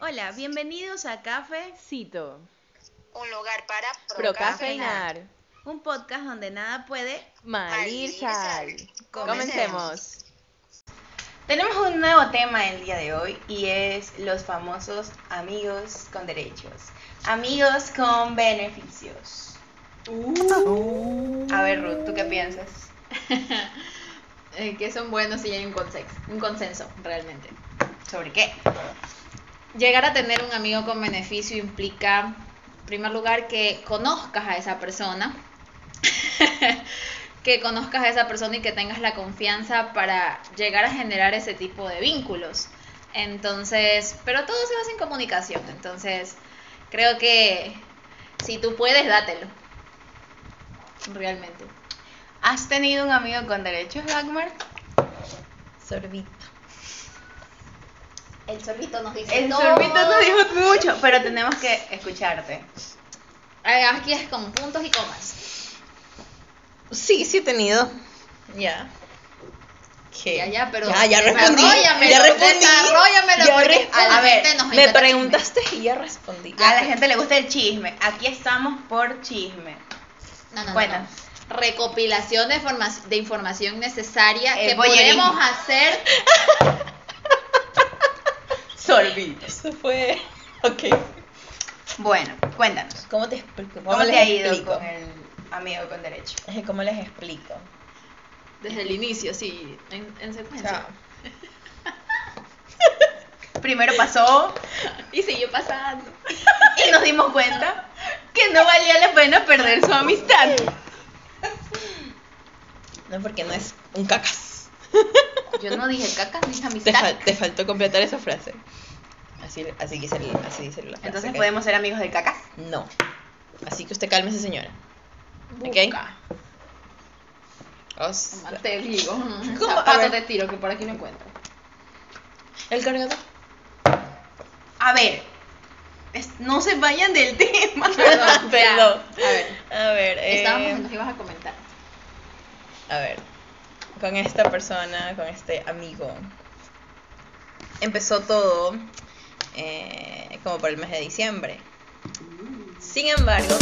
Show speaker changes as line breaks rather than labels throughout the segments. Hola, bienvenidos a
Cafecito.
Un lugar para
Procafeinar.
un podcast donde nada puede.
Malir Sal. Comencemos.
Comencemos.
Tenemos un nuevo tema el día de hoy y es los famosos amigos con derechos, amigos con beneficios. A ver, Ruth, ¿tú qué piensas?
Eh, que son buenos si hay un consenso, un consenso realmente.
¿Sobre qué?
Llegar a tener un amigo con beneficio implica, en primer lugar, que conozcas a esa persona, que conozcas a esa persona y que tengas la confianza para llegar a generar ese tipo de vínculos. Entonces, pero todo se basa en comunicación, entonces creo que si tú puedes, dátelo. Realmente.
¿Has tenido un amigo con derechos, Dagmar?
Sorbito. El sorbito nos dice
El
todo.
sorbito no dijo mucho, pero tenemos que escucharte.
Eh, Aquí es con puntos y comas.
Sí, sí he tenido.
Ya.
¿Qué?
Ya, ya, pero.
Ya, ya respondí.
desarrollámelo,
Ya respondí.
desarrollámelo,
Ya
porque
respondí.
a la
A ver,
gente nos
Me
encanta
preguntaste y ya respondí.
A la gente le gusta el chisme. Aquí estamos por chisme.
chisme. No, no, no,
Bueno.
no. Recopilación de, forma- de información necesaria
El
que
voyeurismo.
podemos hacer.
Sorbito.
Eso fue. Ok.
Bueno, cuéntanos.
¿Cómo te explico?
¿Cómo,
les
te ha ido
explico?
con el amigo con derecho?
Es que ¿Cómo les explico?
Desde el inicio, sí, en, en
O
secuencia.
sea,
Primero pasó
Y siguió pasando.
y nos dimos cuenta que no valía la pena perder su amistad.
no porque no es un cacas.
Yo no dije caca, dije
Te,
amistad.
fal- te faltó completar esa frase. Así, así, que se- así dice la frase.
Entonces
¿ok?
podemos ser amigos del cacas.
No. Así que usted cálmese, señora. ¿Ok?
Buca.
O sea,
Te digo.
A
Zapato
ver.
de tiro que por aquí no encuentro.
el cargador.
A ver, es- no se vayan del tema.
Perdón, ya.
Perdón.
A ver.
A ver, eh,
Estábamos que nos ibas a comentar.
a ver, con esta persona, con este amigo, empezó todo eh, como por el mes de diciembre. Sin embargo,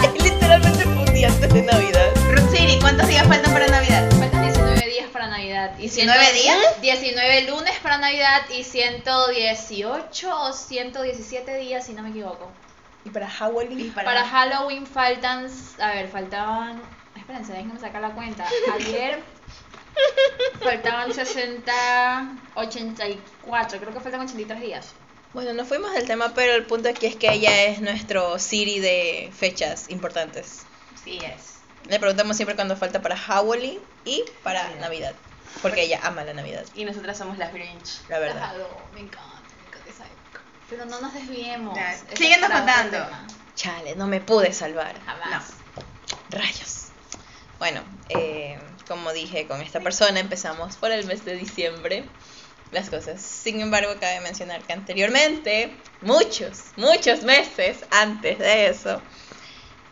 Es literalmente fue un día antes de Navidad.
Rutsiri, ¿cuántos días faltan para Navidad?
Faltan 19 días para Navidad. Y
19 días?
19 lunes para Navidad y 118 o 117 días, si no me equivoco.
Y para Halloween.
Para-
Para, Halloween faltan. A ver, faltaban. Espérense, déjenme sacar la cuenta. Ayer faltaban 60. 84, creo que faltan 83 días.
Bueno, nos fuimos del tema, pero el punto aquí es que ella es nuestro Siri de fechas importantes.
Sí, es.
Le preguntamos siempre cuándo falta para Halloween y para Navidad. Porque ella ama la Navidad,
Y nosotras somos las Grinch.
la verdad.
Claro, Me encanta, me encanta esa época. Pero no nos desviemos.
Ya,
Eso es
síguenos
para otro
contando.
tema.
Chale, no me pude salvar.
Jamás.
Rayos. Bueno, eh, como dije, con esta persona empezamos por el mes de diciembre las cosas. Sin embargo, cabe mencionar que anteriormente, muchos, muchos meses antes de eso,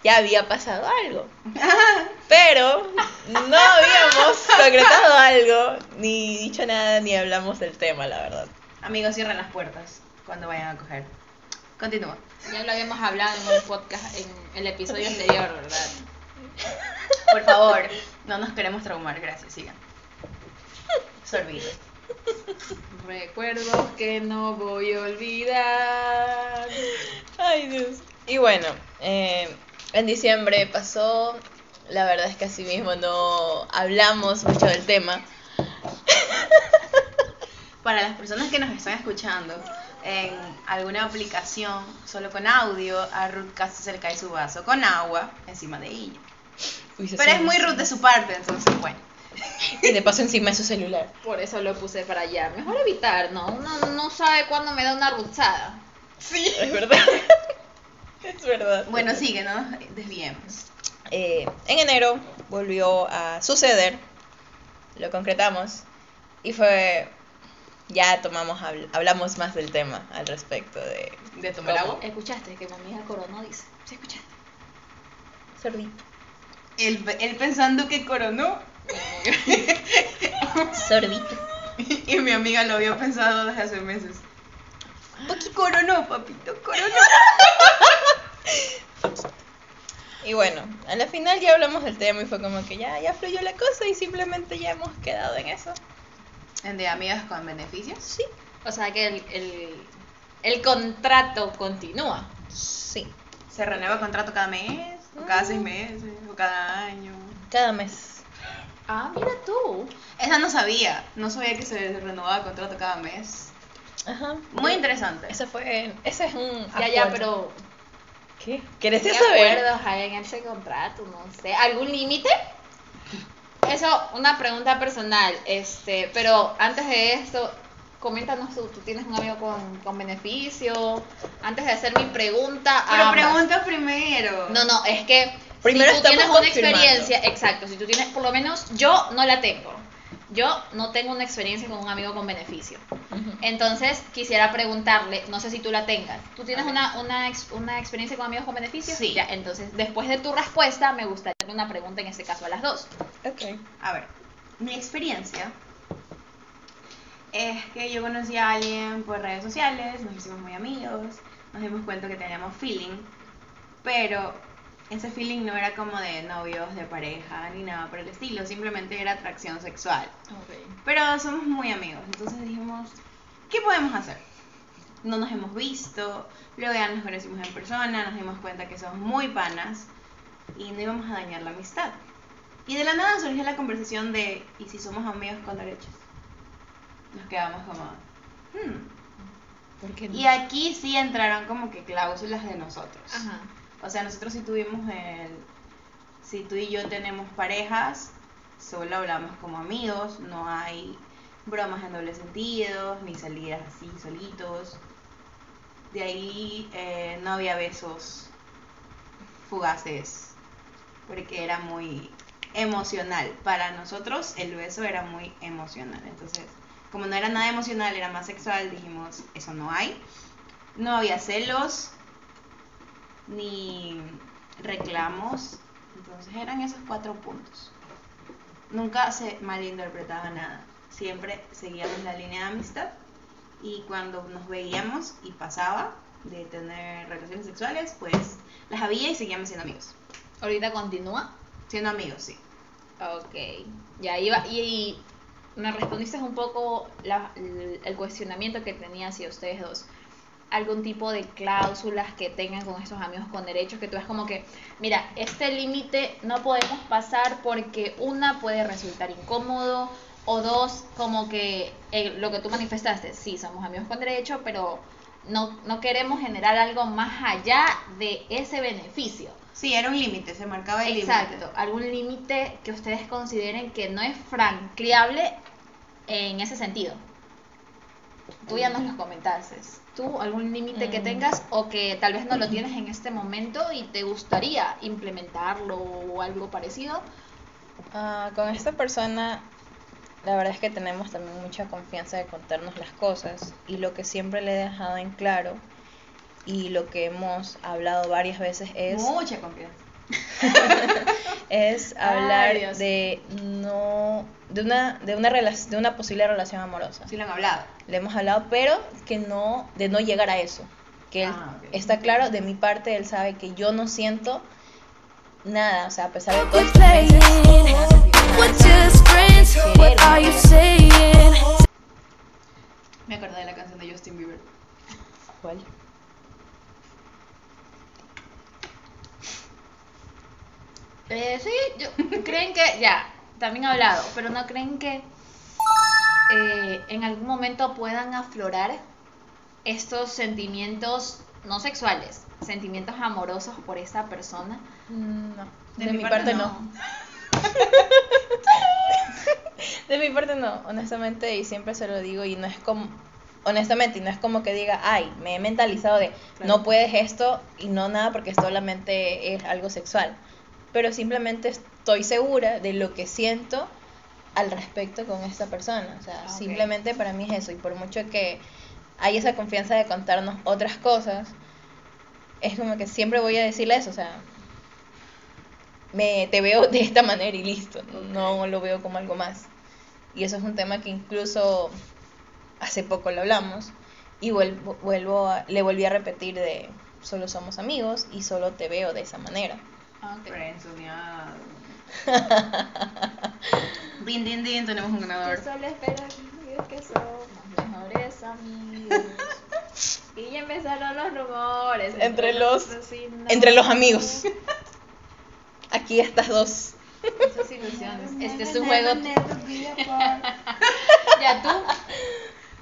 ya había pasado algo. Pero no habíamos concretado algo, ni dicho nada, ni hablamos del tema, la verdad.
Amigos, cierren las puertas cuando vayan a coger. Continúa.
Ya lo habíamos hablado en un podcast, en el episodio anterior, ¿verdad?
Por favor, no nos queremos traumar. Gracias, sigan. Sorbito.
Recuerdos que no voy a olvidar.
Ay, Dios. Y bueno, eh, en diciembre pasó. La verdad es que así mismo no hablamos mucho del tema.
Para las personas que nos están escuchando en alguna aplicación solo con audio, a Ruth casi se le cae su vaso con agua encima de ella.
Uy, se
Pero es
suena
muy
así.
Ruth de su parte, entonces bueno.
Y de paso encima de su celular.
Por eso lo puse para allá. Mejor evitar, ¿no? Uno no sabe cuándo me da una rutzada.
Sí. Es verdad. es verdad.
Bueno, sigue, no nos desviemos.
Eh, en enero volvió a suceder. Lo concretamos. Y fue. Ya tomamos, habl- hablamos más del tema al respecto de.
¿De tomar agua?
¿Escuchaste que mi hija Corona dice? ¿Sí escuchaste?
Sorbito.
Él, él pensando que coronó.
Sorbito.
Y mi amiga lo había pensado desde hace meses. Papi, coronó, papito, coronó.
Y bueno, a la final ya hablamos del tema y fue como que ya, ya fluyó la cosa y simplemente ya hemos quedado en eso.
¿En de amigas con beneficios?
Sí.
O sea que el, el, el contrato continúa.
Sí.
¿Se renueva el contrato cada mes? ¿O cada seis meses? ¿O cada año?
Cada mes.
Ah, mira tú.
Esa no sabía. No sabía que se renovaba el contrato cada mes.
Ajá.
Muy interesante.
Ese fue, ese es un
Ya, ya,
acuerdo. Este
pero
¿Qué? ¿Quieres
¿Qué
saber?
acuerdos hay en ese contrato? No sé. ¿Algún límite? Eso, una pregunta personal. Este, pero antes de esto, coméntanos tú. ¿Tú tienes un amigo con, con beneficio? Antes de hacer mi pregunta. a
Pero
ambas.
pregunta primero.
No, no, es que
Primero
si tú
estamos
tienes una
confirmando.
experiencia, exacto, si tú tienes, por lo menos yo no la tengo. Yo no tengo una experiencia con un amigo con beneficio.
Ujú.
Entonces, quisiera preguntarle, no sé si tú la tengas. ¿Tú tienes
Ok.
una, una, ex- una experiencia con amigos con beneficios?
Sí.
Ya, entonces, después de tu respuesta, me gustaría hacer una pregunta en este caso a las dos.
Ok.
A ver, mi experiencia es que yo conocí a alguien por redes sociales, nos hicimos muy amigos, nos dimos cuenta que teníamos feeling, pero ese feeling no era como de novios, de pareja, ni nada por el estilo, simplemente era atracción sexual. Pero somos muy amigos, entonces dijimos, ¿qué podemos hacer? No nos hemos visto, luego ya nos conocimos en persona, nos dimos cuenta que somos muy panas y no íbamos a dañar la amistad. Y de la nada surgió la conversación de, ¿y si somos amigos con derechos? Nos quedamos como, hmm.
¿Por qué
Y aquí sí entraron como que cláusulas de nosotros.
Ajá.
O sea, nosotros si tuvimos el... Si tú y yo tenemos parejas, solo hablamos como amigos, no hay bromas en doble sentido, ni salidas así solitos. De ahí eh, no había besos fugaces, porque era muy emocional. Para nosotros el beso era muy emocional. Entonces, como no era nada emocional, era más sexual, dijimos, eso no hay. No había celos, ni reclamos. Entonces eran esos cuatro puntos. Nunca se malinterpretaba nada. Siempre seguíamos la línea de amistad y cuando nos veíamos y pasaba de tener relaciones sexuales, pues las había y seguíamos siendo amigos.
Ahorita continúa.
Siendo amigos, sí.
Ok. Ya iba. Y, y me respondiste un poco la- el cuestionamiento que tenía hacia ustedes dos. Algún tipo de cláusulas que tengan con estos amigos con derechos que tú es como que, mira, este límite no podemos pasar porque una puede resultar incómodo o dos, como que eh, lo que tú manifestaste, sí, somos amigos con derecho, pero no, no queremos generar algo más allá de ese beneficio.
Sí, era un límite, se marcaba el límite.
Exacto, algún límite que ustedes consideren que no es franqueable en ese sentido. Tú ya nos los comentaste. ¿Tú algún límite que
Mm.
tengas o que tal vez no lo tienes en este momento y te gustaría implementarlo o algo parecido?
Ah, con esta persona, la verdad es que tenemos también mucha confianza de contarnos las cosas y lo que siempre le he dejado en claro y lo que hemos hablado varias veces es,
Mucha confianza.
es
Ay,
hablar
Dios.
de no de una de una relac- de una posible relación amorosa.
Sí lo han hablado.
Le hemos hablado, pero que no de no llegar a eso. Que él-
Ah, ok.
está claro de mi parte, él sabe que yo no siento nada, o sea, a pesar de todo esto,
We're just friends. What are you saying?
Me acordé de la canción de Justin Bieber.
¿Cuál?
Eh, sí, yo, creen que, ya, también he hablado, pero no creen que eh, en algún momento puedan aflorar estos sentimientos no sexuales, sentimientos amorosos por esta persona.
Mm, No, de, mi, parte, no. De mi parte no, honestamente, y siempre se lo digo, y no es como, honestamente, y no es como que diga, ay, me he mentalizado de, no puedes esto y no nada porque solamente es algo sexual, pero simplemente estoy segura de lo que siento al respecto con esta persona, o sea,
Ah, ok.
simplemente para mí es eso, y por mucho que hay esa confianza de contarnos otras cosas, es como que siempre voy a decirle eso, o sea, me, te veo de esta manera y listo, no lo veo como algo más. Y eso es un tema que incluso hace poco lo hablamos y vuelvo, vuelvo a- le volví a repetir de solo somos amigos y solo te veo de esa manera.
Ah, ok.
Frenzoneado. Din, din, din, tenemos un ganador.
Yo solo espero que somos mejores amigos. Y ya empezaron los rumores.
Entre los-
vecinos.
Entre los amigos. Aquí estas dos.
Esas ilusiones. Este es un juego. ya tú.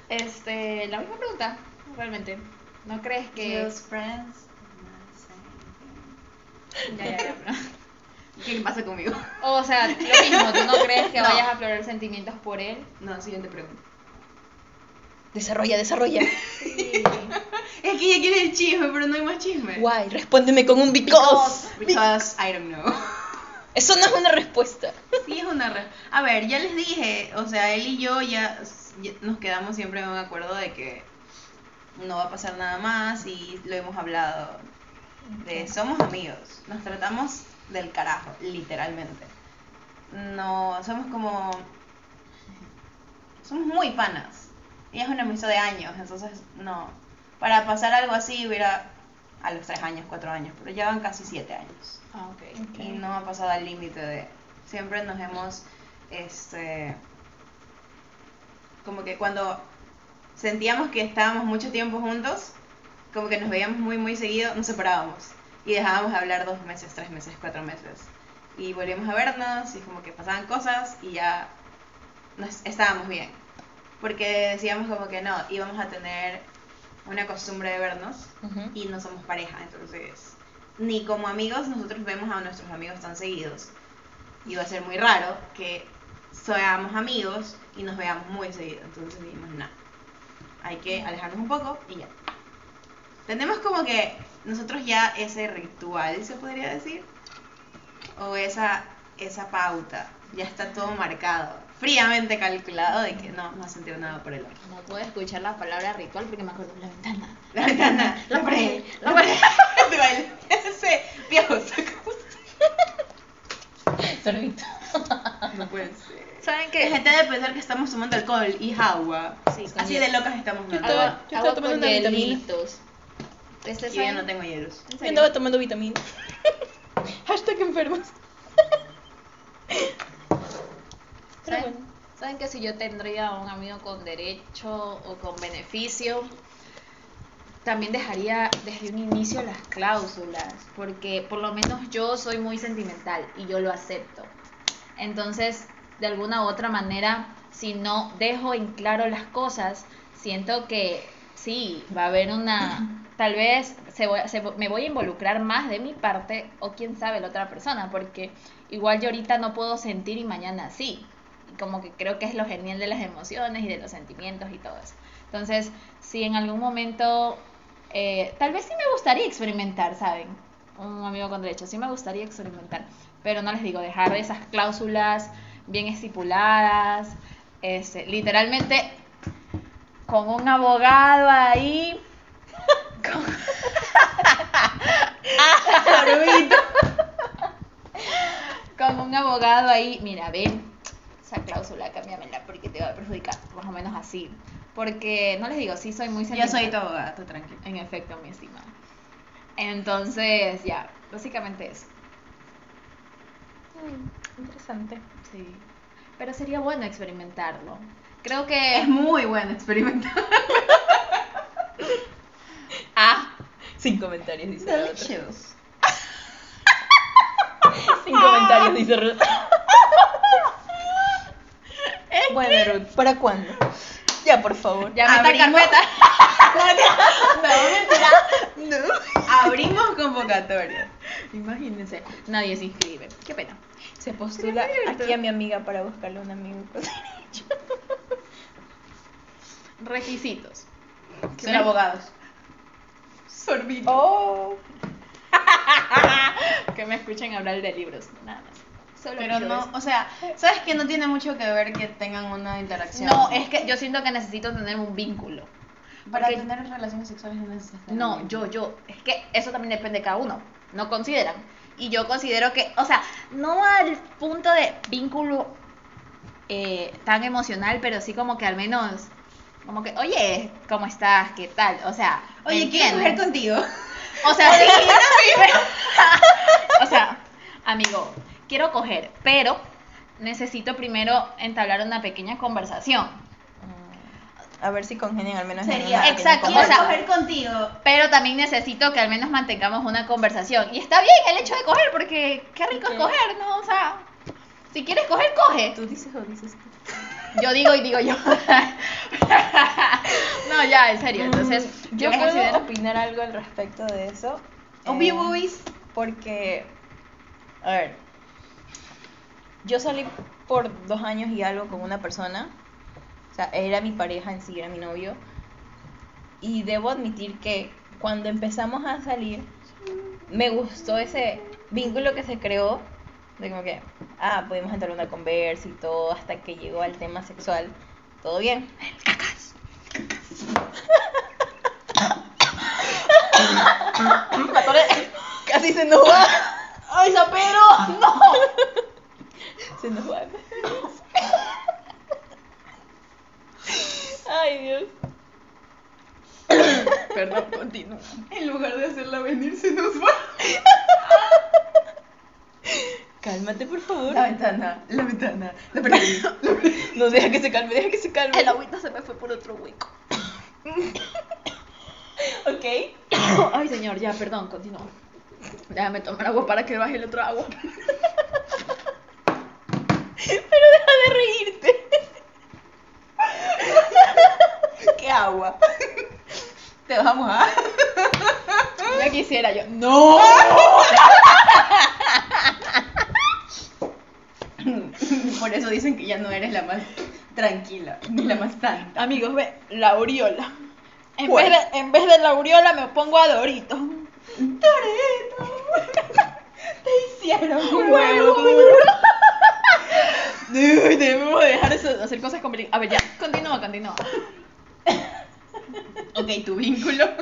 Este, la misma pregunta, realmente. ¿No crees que.?
Just friends.
Ya, ya, ya, pero-
¿Qué pasa conmigo?
O sea, lo mismo, ¿tú no crees que vayas a aflorar sentimientos por él?
No, siguiente pregunta.
Desarrolla, desarrolla.
Sí.
Es que ya quiere el chisme, pero no hay más chisme.
Guay, respóndeme con un because.
Because I don't know.
Eso no es una respuesta.
Sí, es una re- A ver, ya les dije, o sea, él y yo ya, ya nos quedamos siempre en un acuerdo de que no va a pasar nada más y lo hemos hablado. De somos amigos, nos tratamos del carajo, literalmente. No, somos como. Somos muy panas. Y es una amistad de años, entonces no. Para pasar algo así hubiera a los tres años, cuatro años, pero ya van casi siete años
Ah, ok.
y no ha pasado al límite de siempre nos hemos este como que cuando sentíamos que estábamos mucho tiempo juntos como que nos veíamos muy muy seguido nos separábamos y dejábamos de hablar dos meses tres meses cuatro meses y volvíamos a vernos y como que pasaban cosas y ya nos estábamos bien porque decíamos como que no íbamos a tener una costumbre de vernos
Ujú.
y no somos pareja, entonces ni como amigos nosotros vemos a nuestros amigos tan seguidos. Y va a ser muy raro que seamos amigos y nos veamos muy seguido, entonces dijimos nada. Hay que alejarnos un poco y ya. Tenemos como que nosotros ya ese ritual, se podría decir, o esa, esa pauta, ya está todo marcado, fríamente calculado de que no vamos a sentir nada por el otro.
No puedo escuchar la palabra ritual porque me acuerdo de la ventana.
La ventana, la pared, la pared, de baile. Ese viejo
Sorbito.
No puede ser.
¿Saben
La
qué?
gente debe pensar que estamos tomando alcohol y agua.
Sí, con
Así
hielo.
de locas estamos. ¿no?
Agua,
Yo estaba
agua
tomando
con
una vitamina.
hielitos. Este
Yo ya
saben-
no tengo hielos.
¿En
Yo
serio?
andaba tomando vitamina. Hashtag enfermos. Pero
¿Saben?
bueno.
¿Saben que si yo tendría un amigo con derecho o con beneficio, también dejaría desde un inicio las cláusulas? Porque por lo menos yo soy muy sentimental y yo lo acepto. Entonces, de alguna u otra manera, si no dejo en claro las cosas, siento que sí, va a haber una... Tal vez se voy- se vo- me voy a involucrar más de mi parte o quién sabe la otra persona, porque igual yo ahorita no puedo sentir y mañana sí. Y Como que creo que es lo genial de las emociones y de los sentimientos y todo eso. Entonces, si en algún momento, eh, tal vez sí me gustaría experimentar, ¿saben? Un amigo con derecho, sí me gustaría experimentar, pero no les digo, dejar esas cláusulas bien estipuladas, este, literalmente con un abogado ahí. Con un abogado ahí, mira, ven, esa cláusula, cámbiamela porque te va a perjudicar, más o menos así. Porque, no les digo, sí soy muy
Yo soy
sentimental.
tu abogada, tú tranquilo.
En efecto, mi estimada. Entonces, ya, básicamente eso. Mm,
Interesante.
Sí. Pero sería bueno experimentarlo. Creo que
Es muy bueno experimentar.
Ah,
Sin comentarios, dice la otra.
Delicious.
Sin comentarios, dice Ruth. bueno, Ruth, ¿para cuándo? Ya, por favor.
ya meta
Abrimos.
carpeta.
Abrimos convocatoria.
Imagínense, nadie se inscribe. Qué pena.
Se postula aquí a mi amiga para buscarle un amigo.
Requisitos.
Son abogados.
Sorbito.
Oh,
Que me escuchen hablar de libros, nada más. Solo
Pero
quiero
no,
eso.
o sea, ¿sabes que No tiene mucho que ver que tengan una interacción.
No, es que yo siento que necesito tener un vínculo.
Para
porque-
tener relaciones sexuales no es necesario.
No, yo, yo, es que eso también depende de cada uno, no consideran. Y yo considero que, o sea, no al punto de vínculo eh, tan emocional, pero sí como que al menos, como que, oye, ¿cómo estás? ¿Qué tal? O sea, ¿me
Oye, quiero coger
entiendes?
contigo.
O sea, sí, pero- o sea, amigo, quiero coger, pero necesito primero entablar una pequeña conversación.
A ver si congenian al menos. en
Sería-
una pequeña
exacto,
Quiero
o sea,
conversación.
coger contigo.
Pero también necesito que al menos mantengamos una conversación. Y está bien el hecho de coger, porque qué rico es
Ok.
coger, ¿no? O sea, si quieres coger, coge.
¿Tú dices o dices tú?
Yo digo y digo yo. no, ya, en serio. Entonces,
Mm, yo puedo
considero-
opinar algo al respecto de eso.
Obvio,
Eh,
boys.
Porque, a ver, yo salí por dos años y algo con una persona, o sea, era mi pareja en sí, era mi novio, y debo admitir que cuando empezamos a salir, me gustó ese vínculo que se creó, de como que, ah, pudimos entrar en una conversa y todo, hasta que llegó al tema sexual, todo bien. Mató la- Casi se nos va. ¡Ay, sapero! ¡No! Se nos va. Ay, Dios. Perdón, continúa.
En lugar de hacerla venir, se nos va.
Cálmate, por favor.
La ventana, la ventana, la ventana.
No, deja que se calme, deja que se calme.
El agüita se me fue por otro hueco.
Ok.
Ay, señor, ya, perdón, continúo. Déjame tomar agua para que baje el otro agua.
Pero deja de reírte. ¿Qué agua?
Te vamos a.
Ya quisiera yo. No.
Por eso dicen que ya no eres la más tranquila, ni la más santa.
Amigos, ve, la oriola. En,
¿Cuál?
vez de, en vez de la oriola me pongo a Doritos.
Te hicieron un
Huevo
huevo
duro.
duro.
Uy, debemos dejar eso de hacer cosas con A ver, ya, continúa, continúa.
Ok, tu vínculo.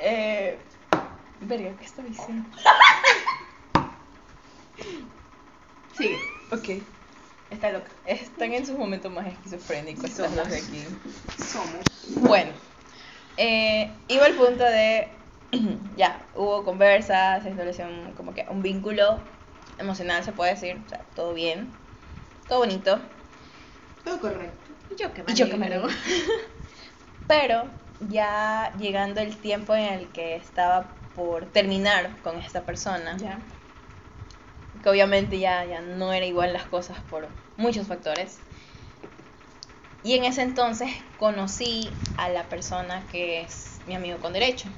Eh. Verga, ¿qué estoy diciendo?
Sí,
Ok.
está loca.
Están en sus momentos más esquizofrénicos estas dos de aquí.
Somos.
Bueno, eh, iba al punto de. ya, hubo conversas, se estableció un- como que un vínculo emocional, se puede decir. O sea, todo bien, todo bonito.
Todo correcto.
Y yo que
Y
me
yo que me
alegro.
alegro. Pero ya llegando el tiempo en el que estaba por terminar con esta persona,
Ya.
que obviamente ya, ya no era igual las cosas por muchos factores. Y en ese entonces conocí a la persona que es mi amigo con derecho.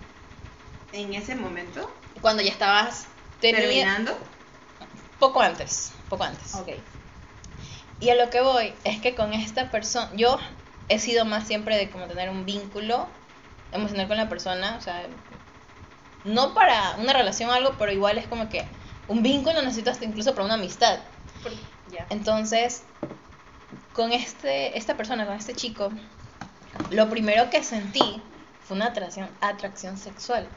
En ese momento,
Cuando ya estabas.
Tenía-
terminando,
Poco antes, poco antes.
Ok.
Y a lo que voy es que con esta persona, yo he sido más siempre de como tener un vínculo emocional con la persona, o sea, no para una relación o algo, pero igual es como que un vínculo necesito hasta incluso para una amistad.
Ya.
Entonces, con este, esta persona, con este chico, lo primero que sentí fue una atracción, atracción sexual.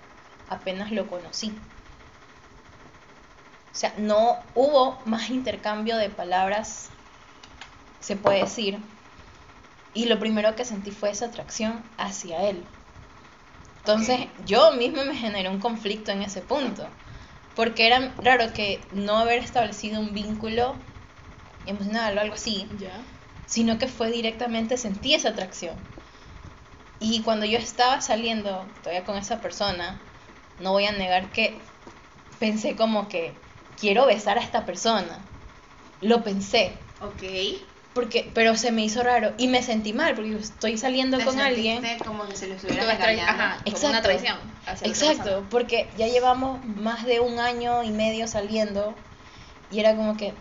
Apenas lo conocí. O sea, no hubo más intercambio de palabras, se puede decir. Y lo primero que sentí fue esa atracción hacia él. Entonces, yo misma me generé un conflicto en ese punto. Porque era raro que no haber establecido un vínculo emocional o algo así,
Ya.
sino que fue directamente sentí esa atracción. Y cuando yo estaba saliendo todavía con esa persona, no voy a negar que pensé como que quiero besar a esta persona. Lo pensé,
ok.
porque pero se me hizo raro y me sentí mal porque yo estoy saliendo
Te
con alguien.
sentiste Como que se lo
Tú
estuvieras
vas tra-
engañando.
Ajá, como una
Exacto.
traición. hacia la otra persona.
Exacto, porque ya llevamos más de un año y medio saliendo y era como que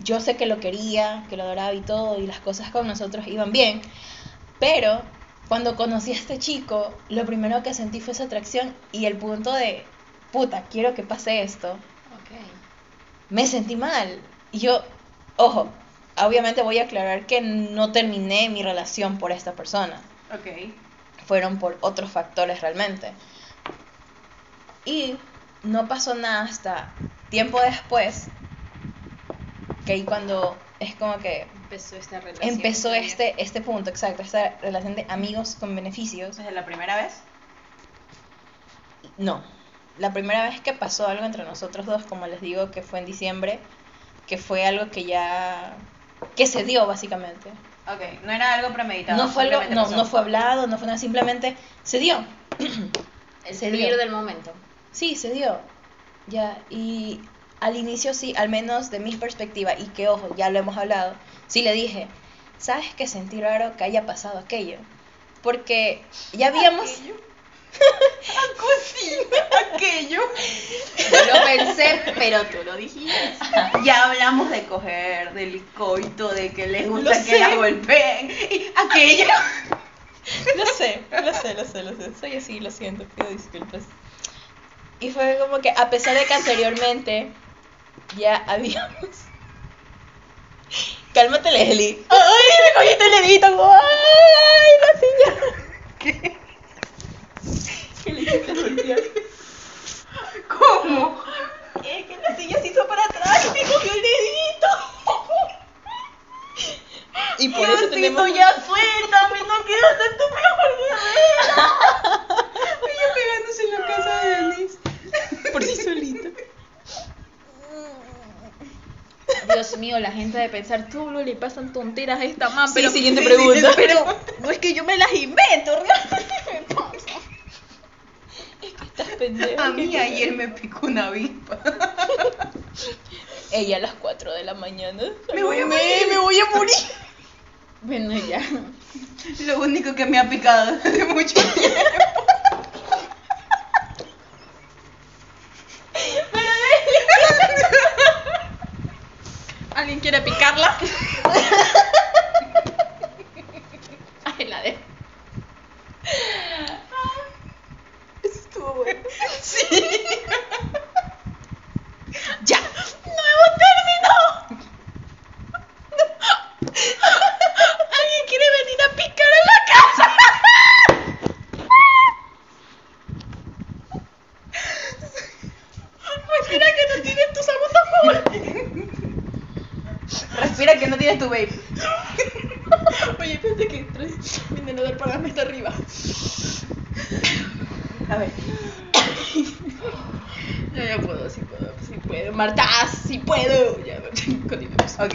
yo sé que lo quería, que lo adoraba y todo y las cosas con nosotros iban bien, pero cuando conocí a este chico, lo primero que sentí fue esa atracción y el punto de, puta, quiero que pase esto,
Ok.
me sentí mal. Y yo, ojo, obviamente voy a aclarar que no terminé mi relación por esta persona
Ok.
fueron por otros factores realmente. Y no pasó nada hasta tiempo después que ahí cuando es como que
Empezó esta relación.
empezó este, este punto, exacto, esta relación de amigos con beneficios.
Desde la primera vez.
No, la primera vez que pasó algo entre nosotros dos, como les digo, que fue en diciembre, que fue algo que ya, que se dio básicamente.
Ok, no era algo premeditado.
No fue algo,
simplemente
no,
pasó.
no fue hablado, no fue nada, simplemente se dio.
El
Se
fluir
dio.
del momento.
Sí, se dio. Ya, y al inicio sí, al menos de mi perspectiva, y que ojo, ya lo hemos hablado, sí le dije, ¿sabes que sentí raro que haya pasado aquello? Porque ya habíamos...
Aquello.
Lo pensé, pero tú lo dijiste.
Ya hablamos de coger, del coito, de que les gusta
Lo
que
sé.
la golpeen. Y aquello.
Lo sé, lo sé, lo sé, lo sé. Soy así, lo siento, pido disculpas. Y fue como que, a pesar de que anteriormente ya habíamos. Cálmate, Leslie. ¡Ay, me cogiste el dedito! ¡Ay, la silla! ¿Qué? ¿Qué le hiciste voltear?
¿Cómo?
Es que la silla se hizo para atrás y me cogió el dedito. Y por eso
Diosito,
tenemos.
pues, ya suéltame, no quiero ser tu peor guerrera. Y yo pegándose en la casa de Alice.
Por sí solito.
Dios mío, la gente de pensar, tú le pasan tonteras a esta mamá,
Sí,
pero
siguiente pregunta.
pero no es que yo me las invento, realmente me pasa.
Estás pendejo.
A mí ayer me picó una avispa.
Ella a las 4 de la mañana.
Me voy a morir, me voy a morir.
Bueno, ya.
Lo único que me ha picado desde mucho tiempo.
¿Alguien quiere picarla? Ay, la de.
Estuvo bueno. Sí. ya. Nuevo término. Alguien quiere venir a picar a la casa.
Pues
Respira que no tienes tu segundo
Respira que no tienes tu babe.
Oye, pensé que tres- mi tenedor para mí está arriba.
A ver.
Yo ya puedo, sí puedo, sí puedo. Marta, ah, sí puedo. Ya, continuamos.
Ok.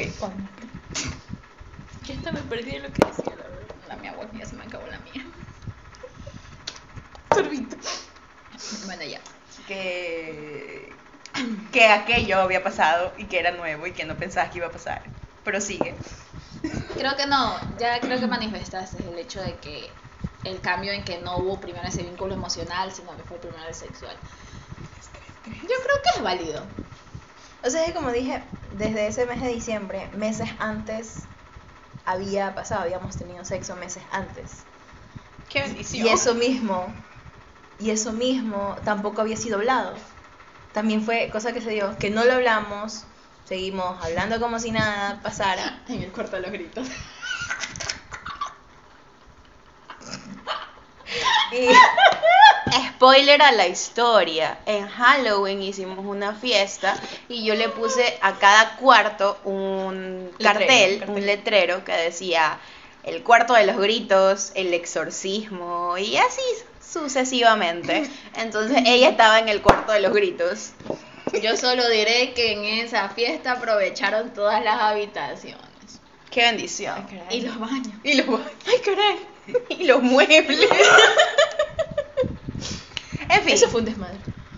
Ya hasta me perdí de lo que decía, la verdad. La mi agua, que ya se me acabó la mía.
Sorbito.
Bueno, ya.
Que. Que aquello había pasado y que era nuevo y que no pensabas que iba a pasar. Pero sigue.
Creo que no, ya creo que manifestaste el hecho de que el cambio en que no hubo primero ese vínculo emocional, sino que fue primero el sexual. Yo creo que es válido.
O sea, que como dije, desde ese mes de diciembre, meses antes había pasado, habíamos tenido sexo meses antes.
Qué
Y eso mismo, y eso mismo tampoco había sido hablado. También fue cosa que se dio, que no lo hablamos, seguimos hablando como si nada pasara.
En el cuarto de los gritos.
Y
Spoiler a la historia. En Halloween hicimos una fiesta y yo le puse a cada cuarto un
Letrero,
cartel,
cartel.
un letrero que decía el cuarto de los gritos, el exorcismo y así sucesivamente. Entonces ella estaba en el cuarto de los gritos.
Yo solo diré que en esa fiesta aprovecharon todas las habitaciones.
Qué bendición.
Y los baños.
Y los, ay, caray. Y los muebles. en fin.
eso fue un desmadre.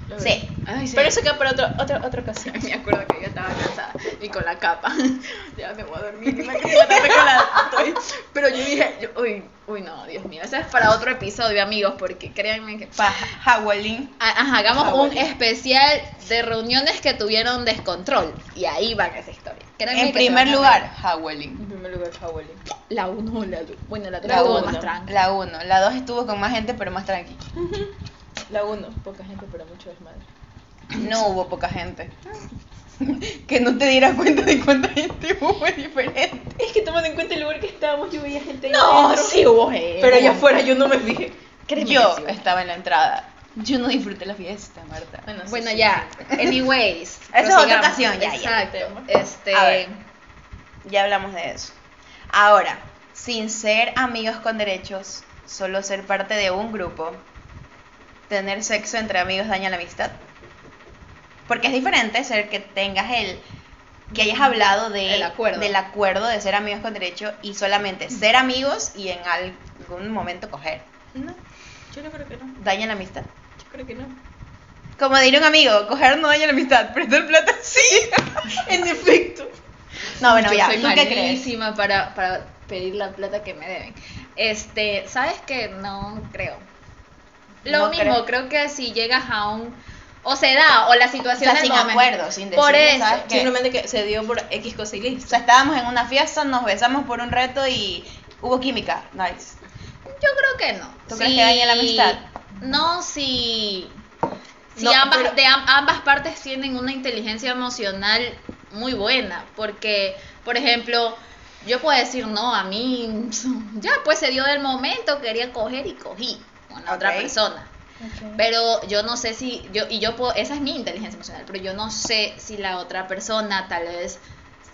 la verdad.
Sí.
Ay, sí.
Pero eso queda para otro, otra otra ocasión.
Me acuerdo que yo estaba cansada y con la capa. ya me voy a dormir. y me quedé la tapé con la- estoy- Pero yo dije, yo- uy, uy, no, Dios mío. Ese es para otro episodio, amigos, porque créanme que.
Pa- Hawalín.
A- Ajá, hagamos
Ah,
un
bueno.
especial de reuniones que tuvieron descontrol. Y ahí van esa historia. Créanme
En
que
primer
se van a
lugar,
reír.
Hawalín.
En primer lugar, Hawali.
La 1 o la 2. Bueno, la 3
La
estuvo
1.
más tranca.
La 1. La 2 estuvo con más gente, pero más tranqui.
La uno, poca gente, pero mucho desmadre.
No hubo poca gente. que no te dieras cuenta de cuánta gente hubo fue diferente.
Es que tomando en cuenta el lugar que estábamos, yo veía gente ahí
No,
adentro.
sí hubo gente.
Pero allá afuera yo no me fijé.
Créeme
Yo
que sí hubo.
estaba en la entrada. Yo no disfruté la fiesta, Marta.
Bueno, sí,
Bueno,
sí.
ya. Anyways.
Esa es otra
prosigamos.
ocasión, ya, ya.
Exacto. Este.
A ver. ya hablamos de eso. Ahora, sin ser amigos con derechos, solo ser parte de un grupo, tener sexo entre amigos daña la amistad. Porque es diferente ser que tengas el que hayas hablado de,
El acuerdo.
del acuerdo de ser amigos con derecho y solamente ser amigos y en algún momento coger.
No, yo no creo que no.
Daña la amistad.
Yo creo que no.
Como diría un amigo, coger no daña la amistad, perder plata sí. en efecto. No, bueno,
Yo
ya,
soy
¿tú qué crees?
malísima para, para pedir la plata que me deben. Este, ¿sabes que No creo. Lo
No
mismo, creo. que si llegas a un... O se da, o la
O
situación
sea,
del
sin
momento.
acuerdo, sin decir,
Por eso.
¿sabes qué?
Simplemente que se dio por X cosa y
O
listo.
sea, estábamos en una fiesta, nos besamos por un reto y hubo química. Nice.
Yo creo que no.
¿Tú crees que daña la amistad?
No, si... Si
No,
ambas,
pero-
de am- ambas partes tienen una inteligencia emocional muy buena, porque, por ejemplo, yo puedo decir, no, a mí, ya, pues se dio del momento, quería coger y cogí con la otra
Ok.
persona. Pero yo no sé si, yo, y yo puedo, esa es mi inteligencia emocional, pero yo no sé si la otra persona tal vez,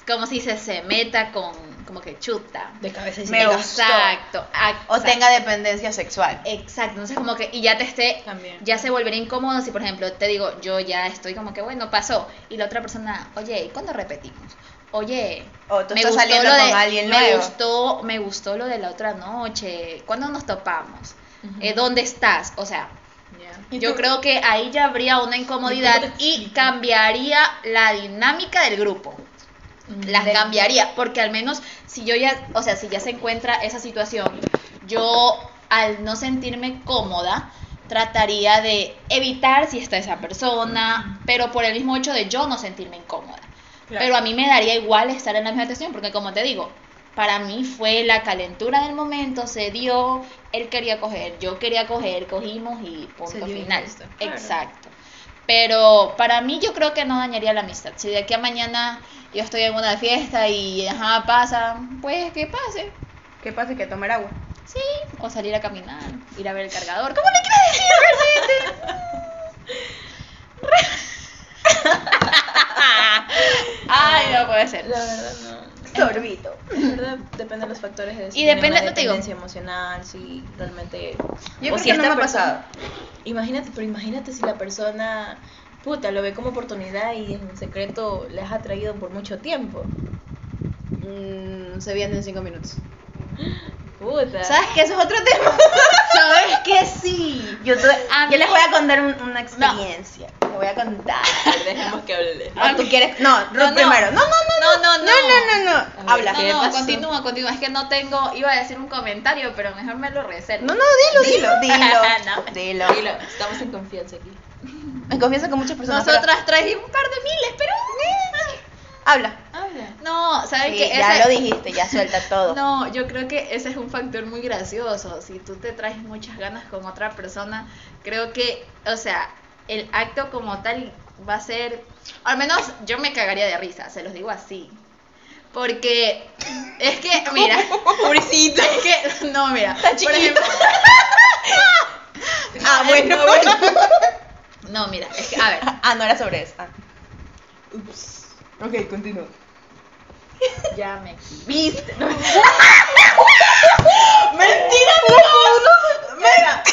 como si se, se meta con, como que chuta.
De cabeza y
Me
sin-
gustó.
Exacto.
O
exacto.
tenga dependencia sexual.
Exacto, entonces como que, y ya te esté,
También.
ya se volvería incómodo si, por ejemplo, te digo, yo ya estoy como que, bueno, pasó, y la otra persona, oye, ¿y cuándo repetimos? Oye,
O tú estás saliendo
lo
con alguien
me
nuevo.
Gustó, me gustó lo de la otra noche, ¿cuándo nos topamos?
Ujú.
Eh, ¿Dónde estás? O sea,
¿Y
yo
tú?
creo que ahí ya habría una incomodidad y cambiaría la dinámica del grupo. Las
Del-
cambiaría, porque al menos si yo ya, o sea, si ya se encuentra esa situación, yo al no sentirme cómoda, trataría de evitar si está esa persona, pero por el mismo hecho de yo no sentirme incómoda.
Claro.
Pero a mí me daría igual estar en la misma situación, porque como te digo, para mí fue la calentura del momento, se dio, él quería coger, yo quería coger, cogimos y punto
Se dio y
final.
listo, claro.
Exacto. Pero para mí yo creo que no dañaría la amistad. Si de aquí a mañana yo estoy en una fiesta y ajá, pasa, pues que pase.
¿Qué pasa? Que tomar agua.
Sí, o salir a caminar, ir a ver el cargador. ¿Cómo le quieres decir, presidente? Ay, no puede ser.
La verdad, no.
Sorbito.
La verdad, depende de los factores. De
Y depende,
de
no te digo.
emocional, si realmente.
Yo
o
creo
si
que no me
esta
ha pasado.
Imagínate, pero imagínate si la persona, puta, lo ve como oportunidad y en secreto le has atraído por mucho tiempo.
Mm, se vienen en cinco minutos.
Puta.
¿Sabes qué? Eso Ah, es otro tema.
¿Sabes qué? Sí.
Yo, tuve-
A
yo
mí-
les voy a contar un- una experiencia. Te voy a contar.
Dejemos que hable de eso.
¿O tú quieres? No, Ruth
no.
primero. No, no, no.
No, no,
No, no,
no.
no, no.
A ver,
Habla.
No,
¿Qué
no,
pasó?
continúa, continúa. Es que no tengo. Iba a decir un comentario, pero mejor me lo reservo.
No, no, dilo, dilo,
Dilo.
dilo.
No.
Dilo.
Dilo, estamos en confianza aquí.
Me confieso que muchas personas. pero-
Nosotras trajimos un par de miles, pero.
Habla.
Habla.
No, ¿sabes
Sí,
qué?
ya
Ese-
lo dijiste, ya suelta todo.
No, yo creo que ese es un factor muy gracioso. Si tú te traes muchas ganas con otra persona, creo que, o sea, el acto como tal va a ser, al menos yo me cagaría de risa, se los digo así. Porque es que, mira,
Pobrecito.
es que, no, mira,
Está chiquito. Ah,
Ay,
bueno,
Ah, no,
bueno.
no, mira, es que, a ver,
Ah, no era sobre eso. Ah. Ok, continúo.
ya me...
Viste. Mentira, no. Mira.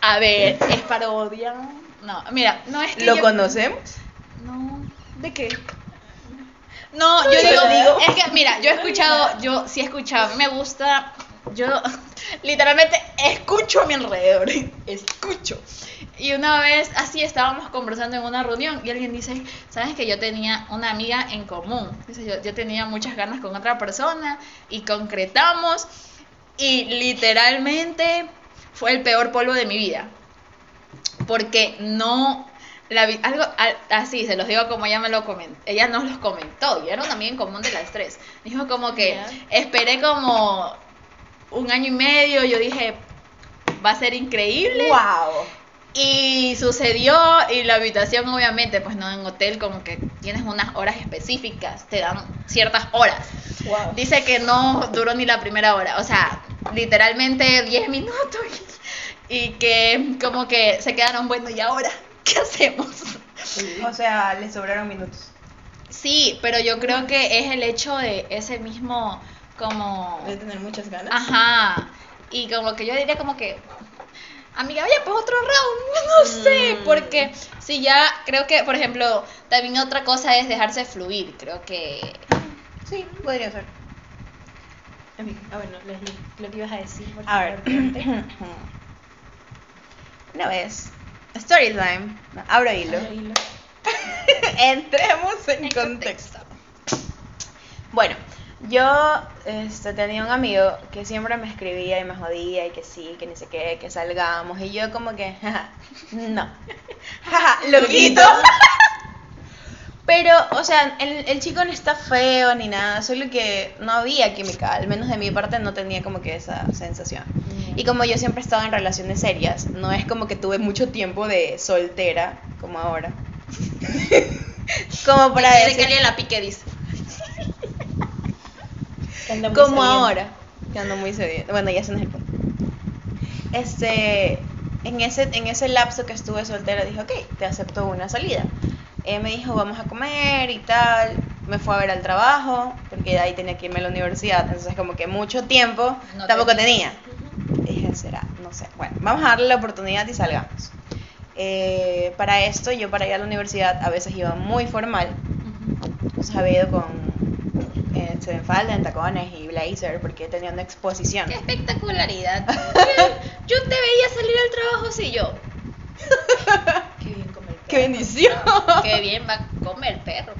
A ver, es parodia. No, mira, no es que
¿Lo
yo-
conocemos?
No,
¿De qué?
No, yo
Yo
digo,
lo digo.
es que mira, yo he escuchado, yo sí he escuchado, me gusta, yo literalmente escucho a mi alrededor, escucho. Y una vez así estábamos conversando en una reunión y alguien dice, sabes que yo tenía una amiga en común, Dice, yo, yo tenía muchas ganas con otra persona y concretamos y literalmente fue el peor polvo de mi vida porque no la vi- algo al- así se los digo como ella me lo comentó ella nos los comentó y era también común de las tres dijo como que
Ya.
esperé como un año y medio yo dije va a ser increíble
Wow.
y sucedió y la habitación obviamente pues no en hotel como que tienes unas horas específicas te dan ciertas horas
Wow.
Dice que no duró ni la primera hora, o sea, literalmente 10 minutos y, y que como que se quedaron, bueno, ¿y ahora qué hacemos?
O sea, le sobraron minutos.
Sí, pero yo creo que es el hecho de ese mismo como...
De tener muchas ganas.
Ajá. Y como que yo diría como que, amiga, oye, pues otro round, no sé,
Mm.
porque si ya creo que, por ejemplo, también otra cosa es dejarse fluir, creo que...
Sí, podría ser. En fin, ah, bueno, Leslie.
Lo que ibas a decir, por
A ver. Una vez, Storytime, abro hilo. Entremos en, contexto. Bueno, yo este, tenía un amigo que siempre me escribía y me jodía y que sí, que ni sé qué, que salgamos. Y yo como que, "Jaja, no. Jaja, loquito. Pero, o sea, el, el chico no está feo ni nada, solo que no había química, al menos de mi parte no tenía como que esa sensación. Y como yo siempre he estado en relaciones serias, no es como que tuve mucho tiempo de soltera, como ahora. como para
Se
decir,
la pique, dice.
como ahora, que ando muy sedienta. Bueno, ya se nos el punto. Este, en ese, en ese lapso que estuve soltera, dije, ok, te acepto una salida. Él me dijo, vamos a comer y tal. Me fue a ver al trabajo, porque de ahí tenía que irme a la universidad. Entonces, como que mucho tiempo
No
tampoco
tenía.
tenía. Dije, será, no sé. Bueno, vamos a darle la oportunidad y salgamos. Eh, para esto, yo para ir a la universidad a veces iba muy formal. O sea, había ido con eh, se me falda, en tacones y blazer porque tenía una exposición.
¡Qué espectacularidad! yo te veía salir al trabajo, sí, yo.
Qué bien comer.
¡Qué bendición!
Qué bien va a comer perro.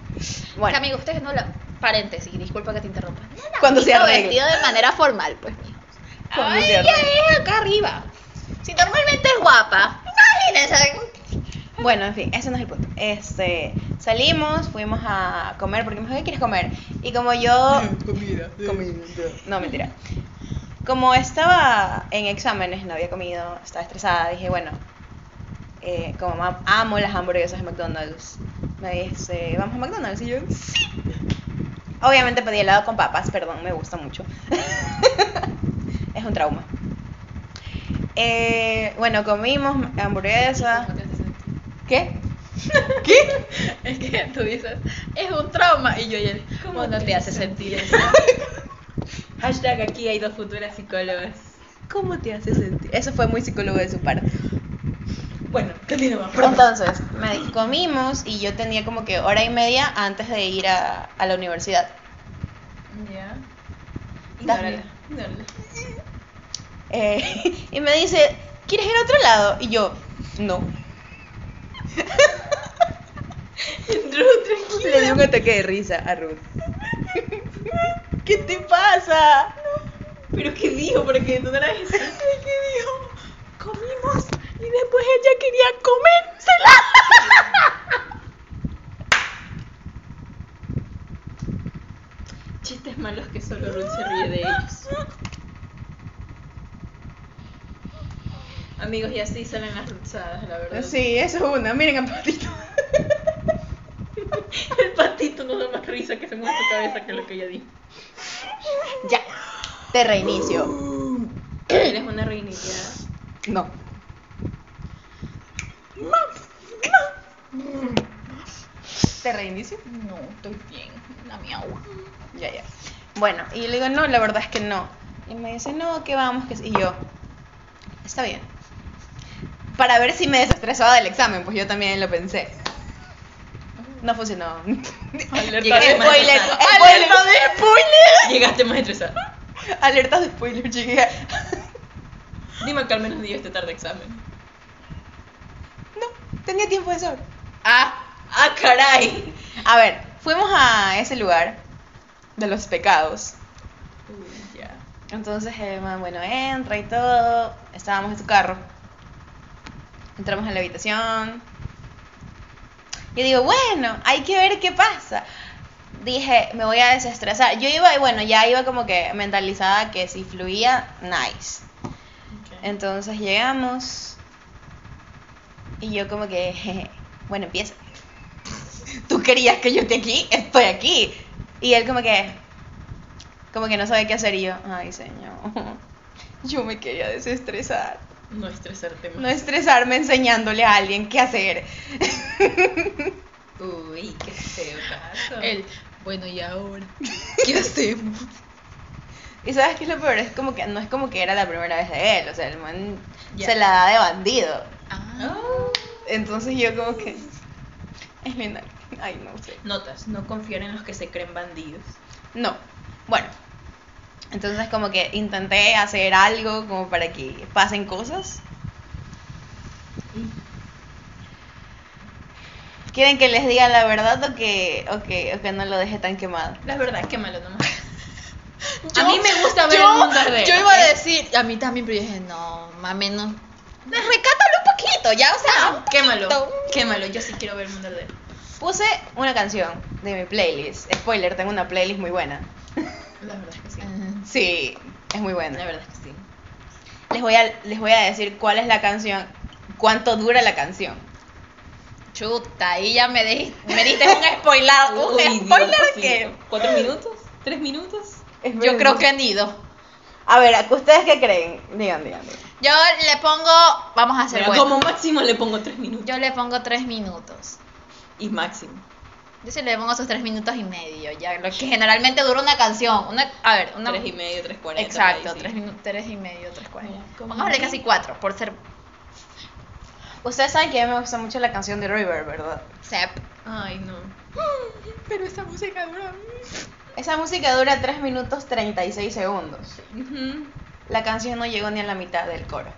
Bueno.
Amigo, ustedes no la... Paréntesis, disculpa que te interrumpa.
Cuando se
Amigo
arregle.
vestido de manera formal, pues, mijo.
Cuando
Ay,
se
ella
arregle.
es acá arriba. Si normalmente es guapa, imagínense.
Bueno, en fin, ese no es el punto. Este, salimos, fuimos a comer porque me dijo, ¿qué quieres comer? Y como yo...
Comida.
No, mentira. Como estaba en exámenes, no había comido, estaba estresada, dije, bueno, eh, como ma- amo las hamburguesas de McDonald's, me dice, vamos a McDonald's. Y yo, sí. Obviamente pedí helado con papas, perdón, me gusta mucho. es un trauma. Eh, bueno, comimos hamburguesa. ¿Qué? ¿Qué?
Es que tú dices, es un trauma. Y yo ya, ¿cómo no te hace sentir eso?
Hashtag aquí hay dos futuras psicólogas.
¿Cómo te hace sentir? Eso fue muy psicólogo de su parte.
Bueno, continuamos.
Entonces, me comimos y yo tenía como que hora y media antes de ir a, a la universidad.
Ya.
Dale.
Ignórala. Ignórala.
Eh, y me dice, ¿quieres ir a otro lado? Y yo, no. Le di un ataque de risa a Ruth. ¿Qué te pasa?
¿Pero qué dijo para que detonara eso? ¿Qué dijo? Comimos y después ella quería comérsela. Chistes malos que solo Ruth se ríe de ellos. Amigos, y así salen las ruchadas, la verdad.
Sí, eso es una. Miren a Patito.
El patito no da más risa que se mueve su cabeza que lo que ella dijo.
Ya. Te reinicio.
Eres una reiniciada.
No. ¿Te reinicio?
No, estoy bien. Dame agua.
Ya, ya. Bueno, y yo le digo, no, la verdad es que no. Y me dice, no, que vamos, que sí. Y yo, está bien. Para ver si me desestresaba del examen, pues yo también lo pensé. No funcionó.
Alerta
Llegué-
de más
spoiler,
estresada.
spoiler,
Alerta de-
spoiler.
Llegaste más estresada.
Alerta de spoiler, llegué. a-
Dime que al menos dio este tarde examen.
No, tenía tiempo de sobra.
¡Ah! ¡Ah, caray!
A ver, fuimos a ese lugar de los pecados.
Uy, ya.
Entonces el man, bueno, entra y todo. Estábamos en su carro. Entramos a la habitación. Yo digo, bueno, hay que ver qué pasa. Dije, me voy a desestresar. Yo iba, y bueno, ya iba como que mentalizada que si fluía, nice. Entonces llegamos. Y yo como que, jeje, bueno, empieza. Tú querías que yo esté aquí, estoy aquí. Y él como que, como que no sabe qué hacer y yo, ay señor, yo me quería desestresar,
No estresarte más.
no estresarme enseñándole a alguien qué hacer.
Uy, qué feo caso.
Él, bueno, y ahora.
¿Qué hacemos?
Y sabes qué es lo peor, es como que no es como que era la primera vez de él, o sea, el man
Ya.
se la da de bandido.
Ah.
Oh.
Entonces yo como que es linda. Ay, no sé.
Notas, no confiar en los que se creen bandidos.
No. Bueno. Entonces como que intenté hacer algo como para que pasen cosas. ¿Quieren que les diga la verdad o que, o que, o que no lo deje tan quemado?
La verdad, qué malo nomás.
Yo-
a mí me gusta ver
yo-
el mundo ¿eh? arder.
Yo iba
¿ok?
a decir, a mí también, pero yo dije, no, mame, no.
Pues Recátalo un poquito, ya, o
Ah.
sea, un
Quémalo,
poquito.
quémalo. Yo sí quiero ver el mundo arder.
Puse una canción de mi playlist. Spoiler, tengo una playlist muy buena.
La verdad es que sí.
eh,
Sí, es muy buena.
La verdad es que sí.
Les voy, a, les voy a decir cuál es la canción, cuánto dura la canción.
Chuta, ahí ya me, di- me diste un spoiler. un
Uy,
spoiler
Dios
que-
que-
mío. ¿Cuatro minutos? ¿Tres minutos?
Yo creo que ni dos.
A ver, ¿ustedes qué creen? Digan, digan. digan.
Yo le pongo, vamos a hacer
Pero
bueno.
como máximo le pongo tres minutos.
Yo le pongo tres minutos.
Y máximo.
Yo sí le pongo sus tres minutos y medio, ya lo que generalmente dura una canción. Una, a ver, una.
Tres y medio, tres cuarenta.
Exacto,
por ahí,
tres,
sí.
minu- tres y medio, tres cuarenta.
Mira, como
Vamos a darle
mínimo.
casi cuatro, por ser
Ustedes saben que a mí me gusta mucho la canción de River, ¿verdad?
sep.
Ay, no.
Pero esta música dura.
Esa música dura 3 minutos 36 segundos.
Ujú.
La canción no llegó ni a la mitad del coro.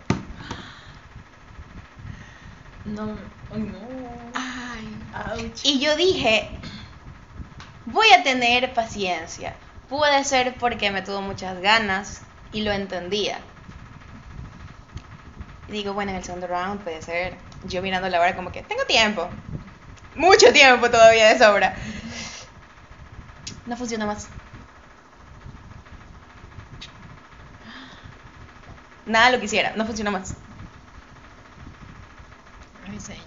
No. Ay, no.
Ay.
Ouch.
Y yo dije, voy a tener paciencia. Puede ser porque me tuvo muchas ganas y lo entendía. Y digo, bueno, en el segundo round puede ser. Yo mirando la hora como que, tengo tiempo. Mucho tiempo todavía de sobra. No funciona más. Nada lo quisiera, no funciona más.
Ay, señor.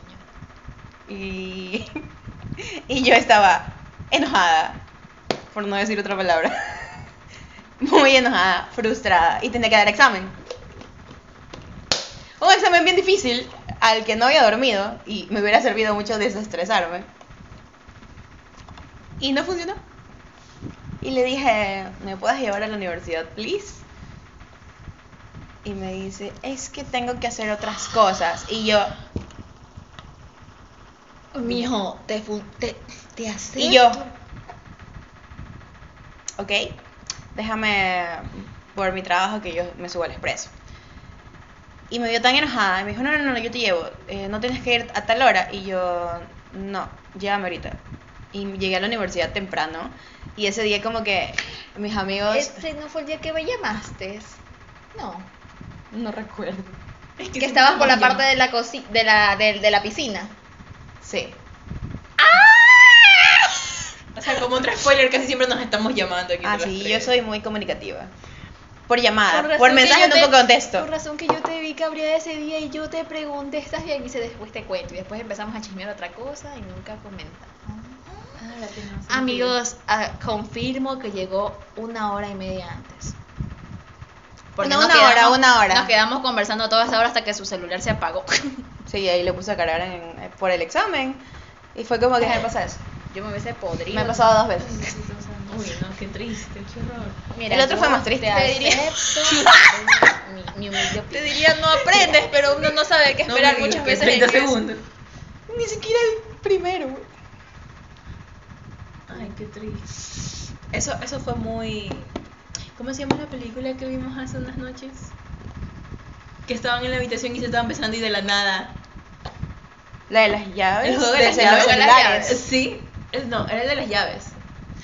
Y, y yo estaba enojada, por no decir otra palabra. Muy enojada, frustrada y tenía que dar examen. Un examen bien difícil al que no había dormido y me hubiera servido mucho desestresarme. Y no funcionó. Y le dije, ¿me puedes llevar a la universidad, please? Y me dice, es que tengo que hacer otras cosas. Y yo,
Mijo, te, fu- te, te acepto.
Y yo. Ok, déjame por mi trabajo que yo me subo al expreso. Y me vio tan enojada. Y me dijo, no, no, no, yo te llevo. eh, no tienes que ir a tal hora. Y yo, no, llévame ahorita. Y llegué a la universidad temprano. Y ese día como que mis amigos...
Este no fue el día que me llamaste. No.
No recuerdo.
Es
Que,
siempre
estabas por la
me
parte
llaman.
de la, cosi- de la, del- de la piscina.
Sí.
O sea, como otro spoiler, casi siempre nos estamos llamando aquí.
Ah,
entre las
sí, yo
tres.
soy muy comunicativa. Por llamada. Ah, Por mensaje no contesto.
Por razón que yo te vi cabreada ese día y yo te pregunté, ¿estás bien? Y dice, después te cuento. Y después empezamos a chismear otra cosa y nunca comenta.
Ah,
Amigos, ah, confirmo que llegó una hora y media antes.
No, una hora, una hora.
Nos quedamos conversando toda esa hora hasta que su celular se apagó.
Sí, ahí lo puse a cargar en- eh, por el examen. Y fue como que me pasa eso.
Yo me hubiese podrido.
Me ha pasado dos veces.
Uy, no, qué triste, qué horror.
Mira,
El otro
yo
fue más triste.
Te
Te
diría.
diría-
mi, mi humilde opinión.
Te diría, no aprendes, pero uno no sabe qué
No,
esperar
amigo,
muchas
que
veces.
30
en eso.
segundos.
Ni siquiera el primero.
Ay, qué triste. Eso, eso fue muy. ¿Cómo se llama la película que vimos hace unas noches? Que estaban en la habitación y se estaban besando y de la nada.
La de las llaves.
El juego de las
los
llaves.
celulares.
Sí. El- no, era el de las llaves.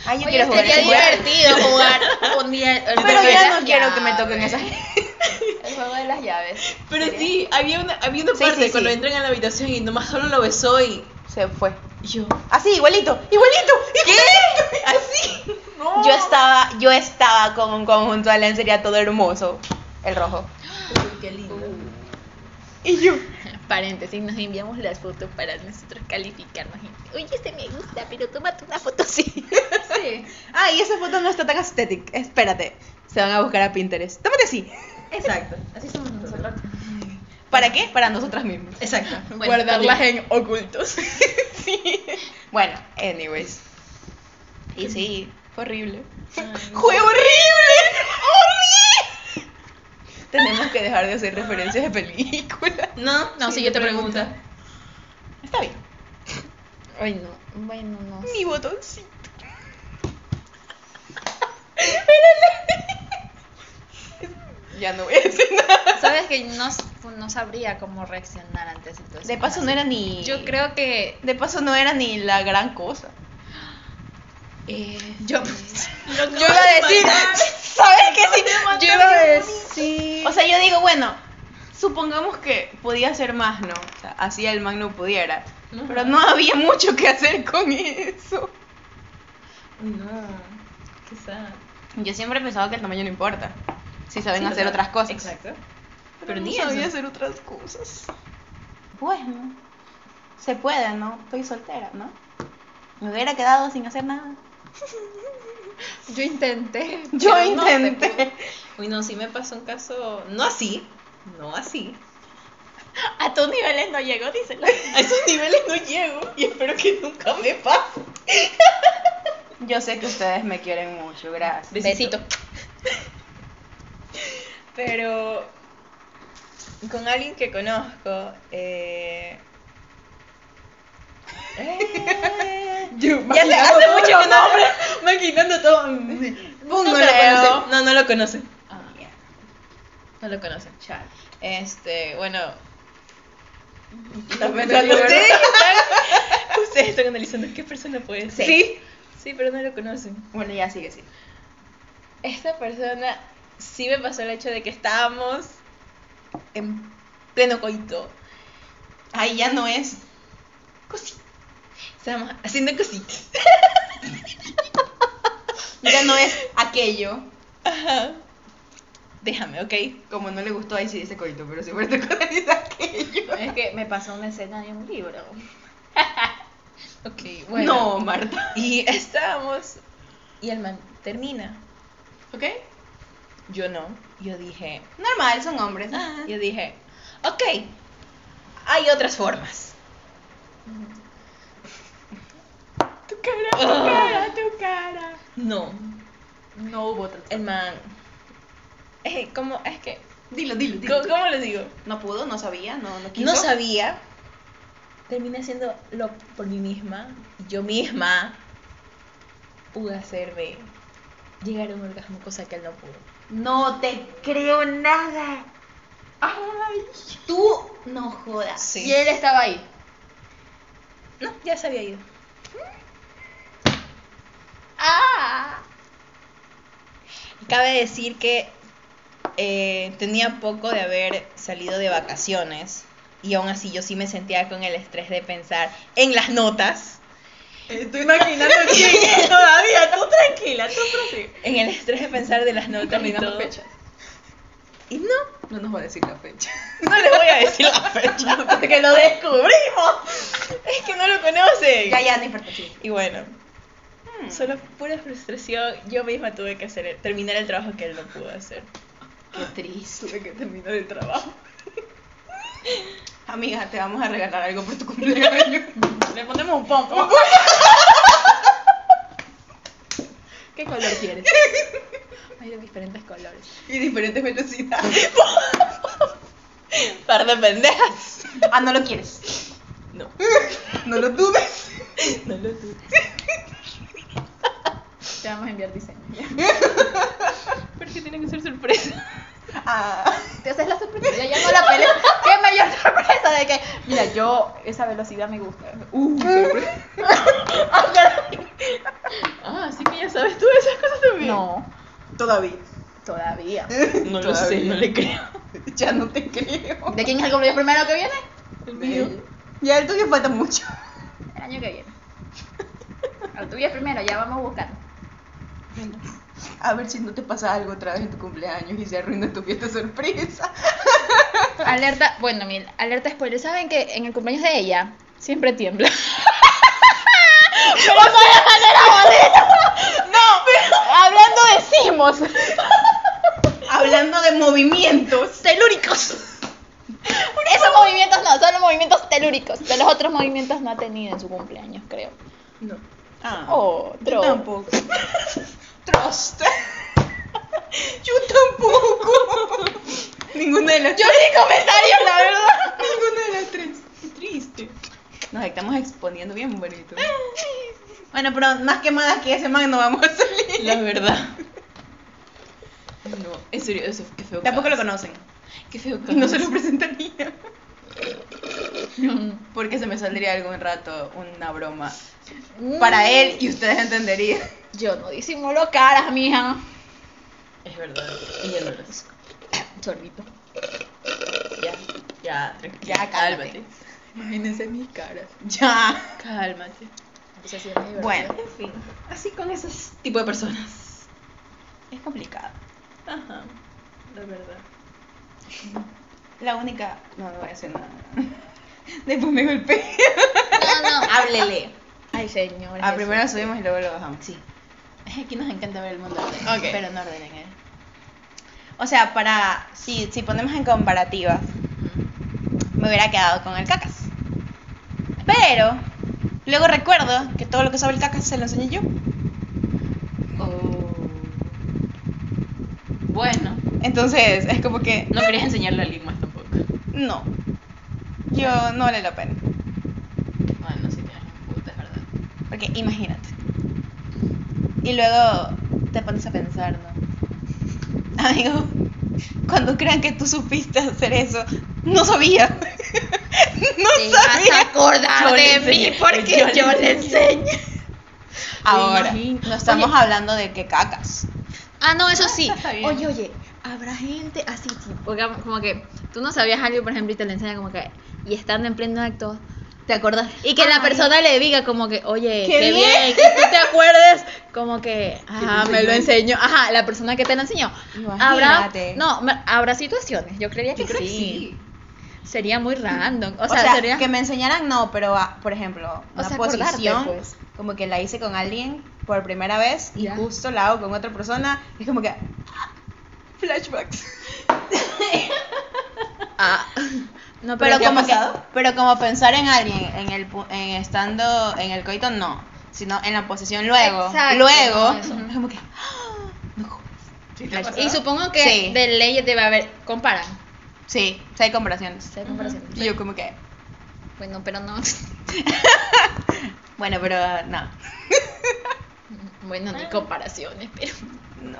Ay, yo
Oye,
quiero jugar.
sería
ese juego.
divertido jugar un día el
Pero
juego de
ya
las
no quiero que me toquen
llaves.
esas.
El juego de las llaves.
Pero sí, había una, había una
Sí,
parte
sí, sí.
cuando entran a la habitación y nomás solo lo besó y
Se fue.
y yo.
Así, igualito. Igualito. igualito.
Así.
Yo estaba, yo estaba con un conjunto de lencería todo hermoso. El rojo.
Uy, qué lindo.
Y yo.
Uh. Paréntesis, nos enviamos las fotos para nosotros calificarnos. Oye, este me gusta, pero tómate una foto así. Sí.
Ah, y esa foto no está tan estética. Espérate. Se van a buscar a Pinterest. Tómate así.
Exacto. Así somos nosotros.
¿Para qué?
Para nosotras mismas.
Exacto.
Bueno,
Guardarlas en ocultos.
Bueno, anyways. Y sí, fue horrible.
¡Fue horrible!
Tenemos que dejar de hacer referencias de películas.
No, no, si yo te pregunto.
Está bien.
Ay, no. Bueno, no.
Mi botoncito. ya no voy a decir nada.
Sabes que no, no sabría cómo reaccionar ante situaciones.
De paso no era ni.
Yo creo que.
De paso no era ni la gran cosa.
eh,
yo.
Yo iba a decir. ¿Sabes qué? Sí, yo iba a decir. O sea, yo digo, bueno, supongamos que podía hacer más, ¿no? O sea, así el man no pudiera. Pero no había mucho que hacer con eso.
No. Quizá.
Yo siempre he pensado que el tamaño no importa. Si saben hacer otras cosas.
Exacto.
Pero,
Pero
no
ni
sabía
eso.
hacer otras cosas. Bueno, se puede, ¿no? Estoy soltera, ¿no? Me hubiera quedado sin hacer nada.
Yo intenté.
Yo
pero no se
intenté.
pudo. Uy, no, sí me pasó un caso. No así. No así.
A tus niveles no llego, díselo.
A esos niveles no llego y espero que nunca me pase.
Yo sé que ustedes me quieren mucho, gracias.
Besito.
Pero con alguien que conozco, eh... eh, ya sé, hace mucho que no.
Maquinando todo.
No,
Pues
Ah, no,
No, lo conocen. no, no lo conocen.
Yeah.
No lo conocen.
Este, bueno.
Están
pensando
ustedes.
ustedes,
Están, ustedes están analizando qué persona puede ser.
Sí.
Sí, pero no lo conocen.
Bueno, ya sigue, sí.
Esta persona sí me pasó el hecho de que estábamos
En-
pleno coito.
Ahí ya no es.
Estábamos haciendo cositas.
Ya no es aquello.
Ajá. Déjame, ok.
Como no le gustó, ahí sí dice coito, pero seguramente con él dice aquello.
Es que me pasó una escena de un libro. ok,
No,
bueno.
Marta.
Y estábamos. Y el man termina.
¿Ok?
Yo no. Yo dije.
Normal, son hombres.
Yo dije. Ok. Hay otras formas.
Tu cara, tu cara, tu cara.
No.
No hubo otra.
El man. Es como. Es que.
Dilo, dilo, dilo.
¿Cómo, cómo lo digo?
No pudo, no sabía, no, no quiso.
No sabía. Terminé haciéndolo por mí misma. Y yo misma pude hacerme llegar a un orgasmo, cosa que él no pudo.
No te creo nada. Ay, tú no jodas.
Sí.
Y él estaba ahí.
No, ya se había ido. Ah. Y Cabe decir que eh, tenía poco de haber salido de vacaciones y aún así yo sí me sentía con el estrés de pensar en las notas,
Estoy imaginando quién es todavía. Tú tranquila, tú prosigue.
en el estrés de pensar de las notas y todo. Y no,
No nos va a decir la fecha.
no le voy a decir la fecha porque lo descubrimos. Es que no lo conocen.
Ya, ya, no importa. sí.
Y bueno,
Mm.
solo pura frustración. Yo misma tuve que hacer terminar el trabajo que él no pudo hacer.
Qué triste.
Tuve que terminar el trabajo.
Amiga, te vamos a regalar algo por tu cumpleaños.
Le ponemos un pompo.
¿Qué color quieres? Hay de diferentes colores.
y diferentes velocidades.
Par de pendejas.
ah, no lo quieres.
No,
No lo dudes.
no lo tuve.
Te vamos a enviar diseño.
Porque tiene que ser sorpresa.
Ah.
Te haces la sorpresa. Ya llamó la pelea. Qué mayor sorpresa de que, mira, yo esa velocidad me gusta. Uh, sorpresa.
Ah, así que ya sabes tú de esas cosas también.
No,
Todavía.
todavía.
no lo
Todavía.
sé, no le creo.
Ya no te creo.
¿De quién es el cumpleaños primero que viene?
El mío.
Ya el tuyo falta mucho.
El año que viene. El tuyo es primero, ya vamos buscando.
A ver si no te pasa algo otra vez en tu cumpleaños y se arruina tu fiesta sorpresa.
Alerta, bueno, mira, alerta spoiler. ¿Saben que en el cumpleaños de ella siempre tiembla?
Hablando de sismos.
Hablando de movimientos telúricos.
Esos movimientos no, son los movimientos telúricos. De los otros movimientos no ha tenido en su cumpleaños, creo.
No.
Ah,
Yo
Otro.
tampoco.
trust.
Yo tampoco. Ninguna de las
Yo ni comentario, la verdad.
Ninguna de las tres. Qué triste. Nos estamos exponiendo bien bonito. Bueno, pero más quemadas que ese man no vamos a salir.
La verdad. No, en serio, eso qué feo.
Tampoco lo
caso.
conocen.
Qué feo.
No
caso.
se lo presentaría. Porque se me saldría algún rato una broma para él y ustedes entenderían.
Mm, Yo no disimulo caras, mija.
Es verdad. Y yo no lo sé.
Sorbito.
Ya, ya, tranquila.
Ya, cálmate. Imagínense mis caras. Ya.
Cálmate.
Bueno,
En fin, así con esos tipo de personas.
es complicado.
Ajá. La verdad.
La única. No, no voy a hacer nada. Después me golpeé.
No, no.
Háblele.
Ay, señor.
Ah, primero lo subimos y luego lo bajamos.
Sí.
Es que nos encanta ver el mundo
Ok.
pero no ordenen él. O sea, para. Si, si ponemos en comparativas, me hubiera quedado con el cacas. Pero. Luego recuerdo que todo lo que sabe el cacas se lo enseñé yo.
Bueno,
Entonces, es como que.
no querías enseñarle a alguien más tampoco.
No. Yo no vale la pena.
Bueno, sí tienes un puta, es verdad.
Porque imagínate. Y luego te pones a pensar, ¿no? Amigo, cuando crean que tú supiste hacer eso, no sabía. No
Te vas
sabía.
a acordar
Yo le
de
enseñé,
mí porque
yo
yo
le
le, enseño.
Ahora,
imagino.
no estamos
Oye.
hablando de que cacas.
Ah, no, eso sí.
está bien.
Oye, oye, habrá gente así, tipo, que- como que tú no sabías algo, por ejemplo, y te lo enseñan como que, y estando en pleno acto, ¿te acuerdas? Y que la persona le diga como que, oye,
Qué
qué,
bien.
bien. que tú te acuerdes, como que, ajá,
te
me lo
enseñó.
enseñó, ajá, la persona que te lo enseñó. Habrá,
Imagínate.
no, me- habrá situaciones, yo creería que,
Yo creo
sí.
que sí.
Sería muy random, o,
O sea,
sea, sería...
que me enseñaran no, pero ah, por ejemplo,
O
una
sea, acordarte,
posición
pues.
como que la hice con alguien por primera vez y
Ya.
justo la hago con otra persona, es como que ah, flashbacks.
Ah.
pero,
No, pero,
¿te ha
como que-
pasado?
pero como pensar en alguien en el pu- en estando en el coito no, sino en la posición luego,
Exacto,
luego
no, eso.
es como que ah, no jodas.
Y supongo que
Sí.
de ley debe haber, comparan,
Sí, sí hay comparaciones.
sí hay comparaciones.
Y yo como que
bueno, pero no...
bueno, pero ah, no.
Bueno, ni comparaciones, pero.
No.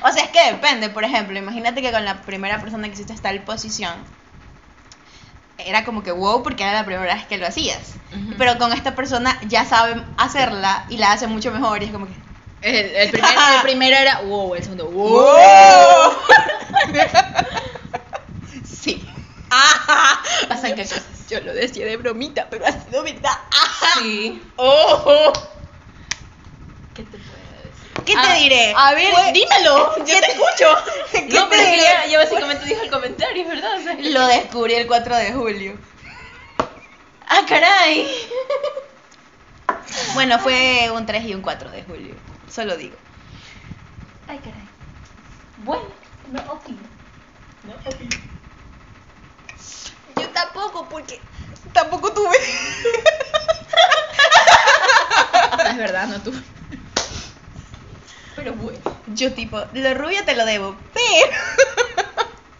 O sea, es que depende, por ejemplo, imagínate que con la primera persona que hiciste tal posición, era como que wow porque era la primera vez que lo hacías.
Ujú.
Pero con esta persona ya sabe hacerla y la hace mucho mejor y es como que...
El, el primer- el primero era wow, el segundo wow.
¡Wow! sí.
Pasan qué cosas.
Yo lo decía de bromita, pero ha sido verdad.
Sí.
¡Oh!
¿Qué te puedo decir?
¿Qué te
Ah,
diré?
A ver,
Fue-
dímelo. Yo
¿Qué
te escucho.
¿Qué
No,
te
pero es que
diré?
ella, ella básicamente dijo el comentario, es ¿verdad? O sea,
Lo descubrí el 4 de julio. ¡Ah, caray! Bueno, fue un 3 y un 4 de julio. Solo digo.
Ay, caray. Bueno, no opino. No opino.
Yo tampoco, porque.
Tampoco tuve.
Es verdad, no tú.
Pero bueno.
Yo tipo, lo rubio te lo debo, pero...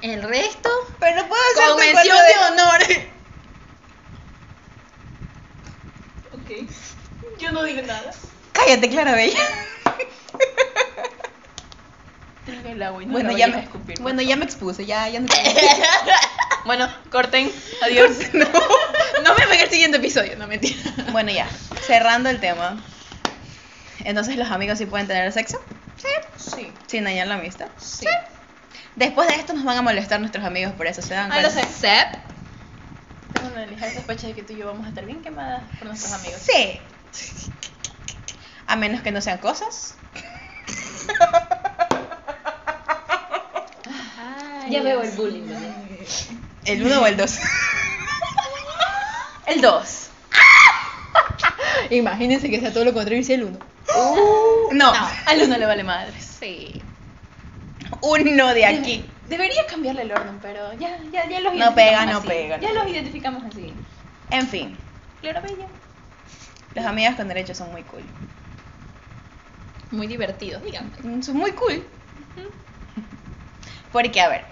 El resto.
Pero no puedo
Con
hacerte el
mención
4
de honor.
Ok. Yo no digo nada.
Cállate, Clara Bella.
Tengo el agua y no
bueno,
la
ya
vayas
me,
a escupir, por
bueno, ya me expuse, ya, ya no...
favor. Bueno, corten. Adiós.
No me pegué el siguiente episodio, no mentira.
bueno, ya, cerrando el tema. Entonces, ¿los amigos sí pueden tener sexo? Sí.
Sí.
Sin dañar la amistad.
Sí.
Después de esto nos van a molestar nuestros amigos por eso, ¿se dan
Ah,
cuenta?
lo sé.
Sep.
Tengo una ligera sospecha de que tú y yo vamos a estar bien quemadas por nuestros amigos.
Sí. A menos que no sean cosas.
Ya veo el bullying.
¿El 1 o el 2? El 2.
Imagínense que sea todo lo contrario y sea el uno.
No,
Uh, Al uno le vale madres.
Sí.
uno de aquí.
Debería cambiarle el orden, pero ya, ya, ya los
No pega,
identificamos
no
así.
pega, no
Ya los identificamos así. En fin,
Clorobella.
los amigos con derechos son muy cool.
Muy divertido, digan.
Mm, Son muy cool. Porque, a ver,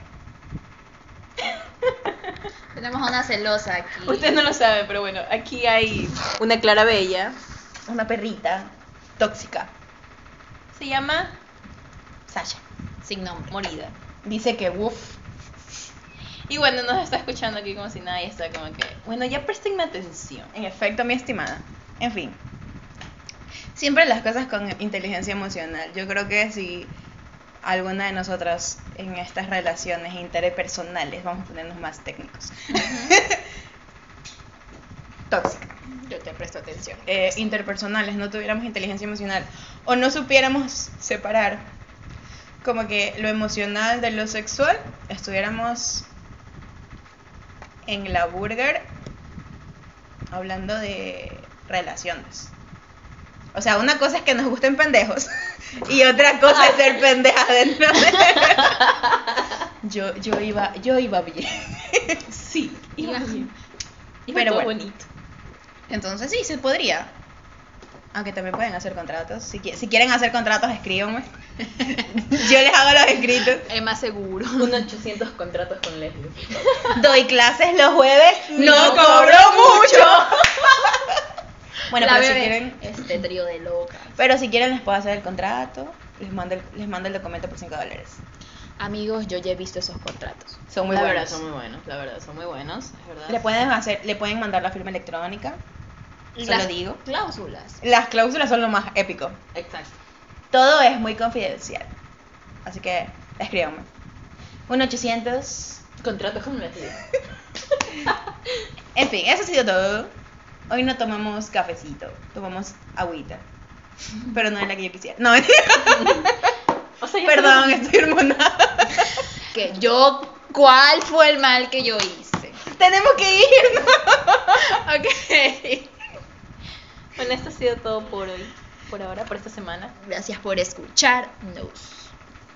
Tenemos a una celosa aquí.
Ustedes no lo saben, pero bueno, aquí hay una clara bella.
una perrita tóxica,
Se llama
Sasha,
Sin nombre.
Morida.
dice que, uff,
Y bueno, nos está escuchando aquí como si nada y está como que, bueno, ya prestenme atención.
en efecto, mi estimada. En fin, siempre las cosas con inteligencia emocional. Yo creo que si alguna de nosotras en estas relaciones interpersonales, vamos a ponernos más técnicos, tóxica.
Yo te presto atención.
eh, interpersonales, no tuviéramos inteligencia emocional o no supiéramos separar como que lo emocional de lo sexual, estuviéramos en la burger hablando de relaciones. O sea, una cosa es que nos gusten pendejos y otra cosa es ser pendeja dentro de- Yo, yo iba, yo iba bien.
Sí, iba bien. Iba
Pero
todo
bueno.
bonito.
Entonces sí, se podría. Aunque también pueden hacer contratos. Si, qui- si quieren hacer contratos, escríbanme. Yo les hago los escritos.
Es más seguro.
Un 800 contratos con Leslie.
Doy clases los jueves.
No cobro mucho.
Bueno,
La
pero si,
bebé.
quieren,
Este trío de locas.
pero si quieren les puedo hacer el contrato. Les mando el, les mando el documento por 5 dólares.
Amigos, yo ya he visto esos contratos.
Son muy
la verdad,
buenos.
son muy buenos, la verdad, son muy buenos, es verdad.
Le pueden, hacer, le pueden mandar la firma electrónica. Se lo
Las
digo.
Cláusulas.
Las cláusulas son lo más épico.
Exacto.
Todo es muy confidencial. Así que escríbanme. 1-800.
Contratos con Leslie.
En fin, eso ha sido todo. Hoy no tomamos cafecito, tomamos agüita. Pero no es la que yo quisiera. No,
O sea, yo
perdón, estoy hormonada.
Que yo, ¿cuál fue el mal que yo hice?
Tenemos que ir.
Ok.
creo- Bueno, esto ha sido todo por hoy, por ahora, por esta semana.
Gracias por escucharnos.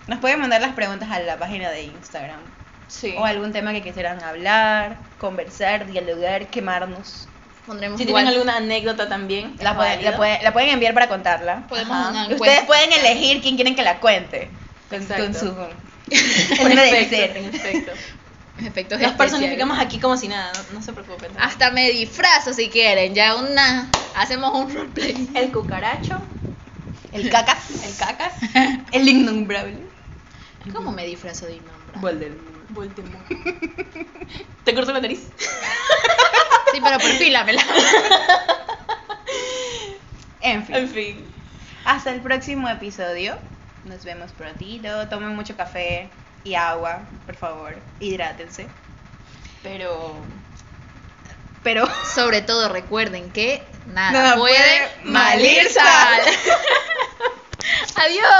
Nos pueden mandar las preguntas a la página de Instagram.
Sí.
O algún tema que quisieran hablar, conversar, dialogar, quemarnos.
Pondremos
Si
igual-
tienen alguna anécdota también,
La,
es
pueden-
válido.
la pueden- la pueden enviar para contarla.
Podemos
Ajá.
una
Ustedes
encuesta.
pueden elegir quién quieren que la cuente. Con,
Exacto.
con su...
En
manera de
efecto,
ser.
en efecto.
Efectos
Los
especiales.
personificamos aquí como si nada, no, no se preocupen.
Hasta me disfrazo si quieren. Ya una. Hacemos un roleplay.
El cucaracho,
El cacas.
el cacas,
El innombrable.
¿Cómo me disfrazo de innombrable?
Voldemort.
Voldemort. Te corto la nariz.
Sí, pero perfílamela.
En fin.
En fin.
Hasta el próximo episodio. Nos vemos prontito. Tomen mucho café y agua, por favor. Hidrátense.
Pero
Pero
Sobre todo recuerden que nada,
Nada
puede
puede
malir
malir
sal. Adiós.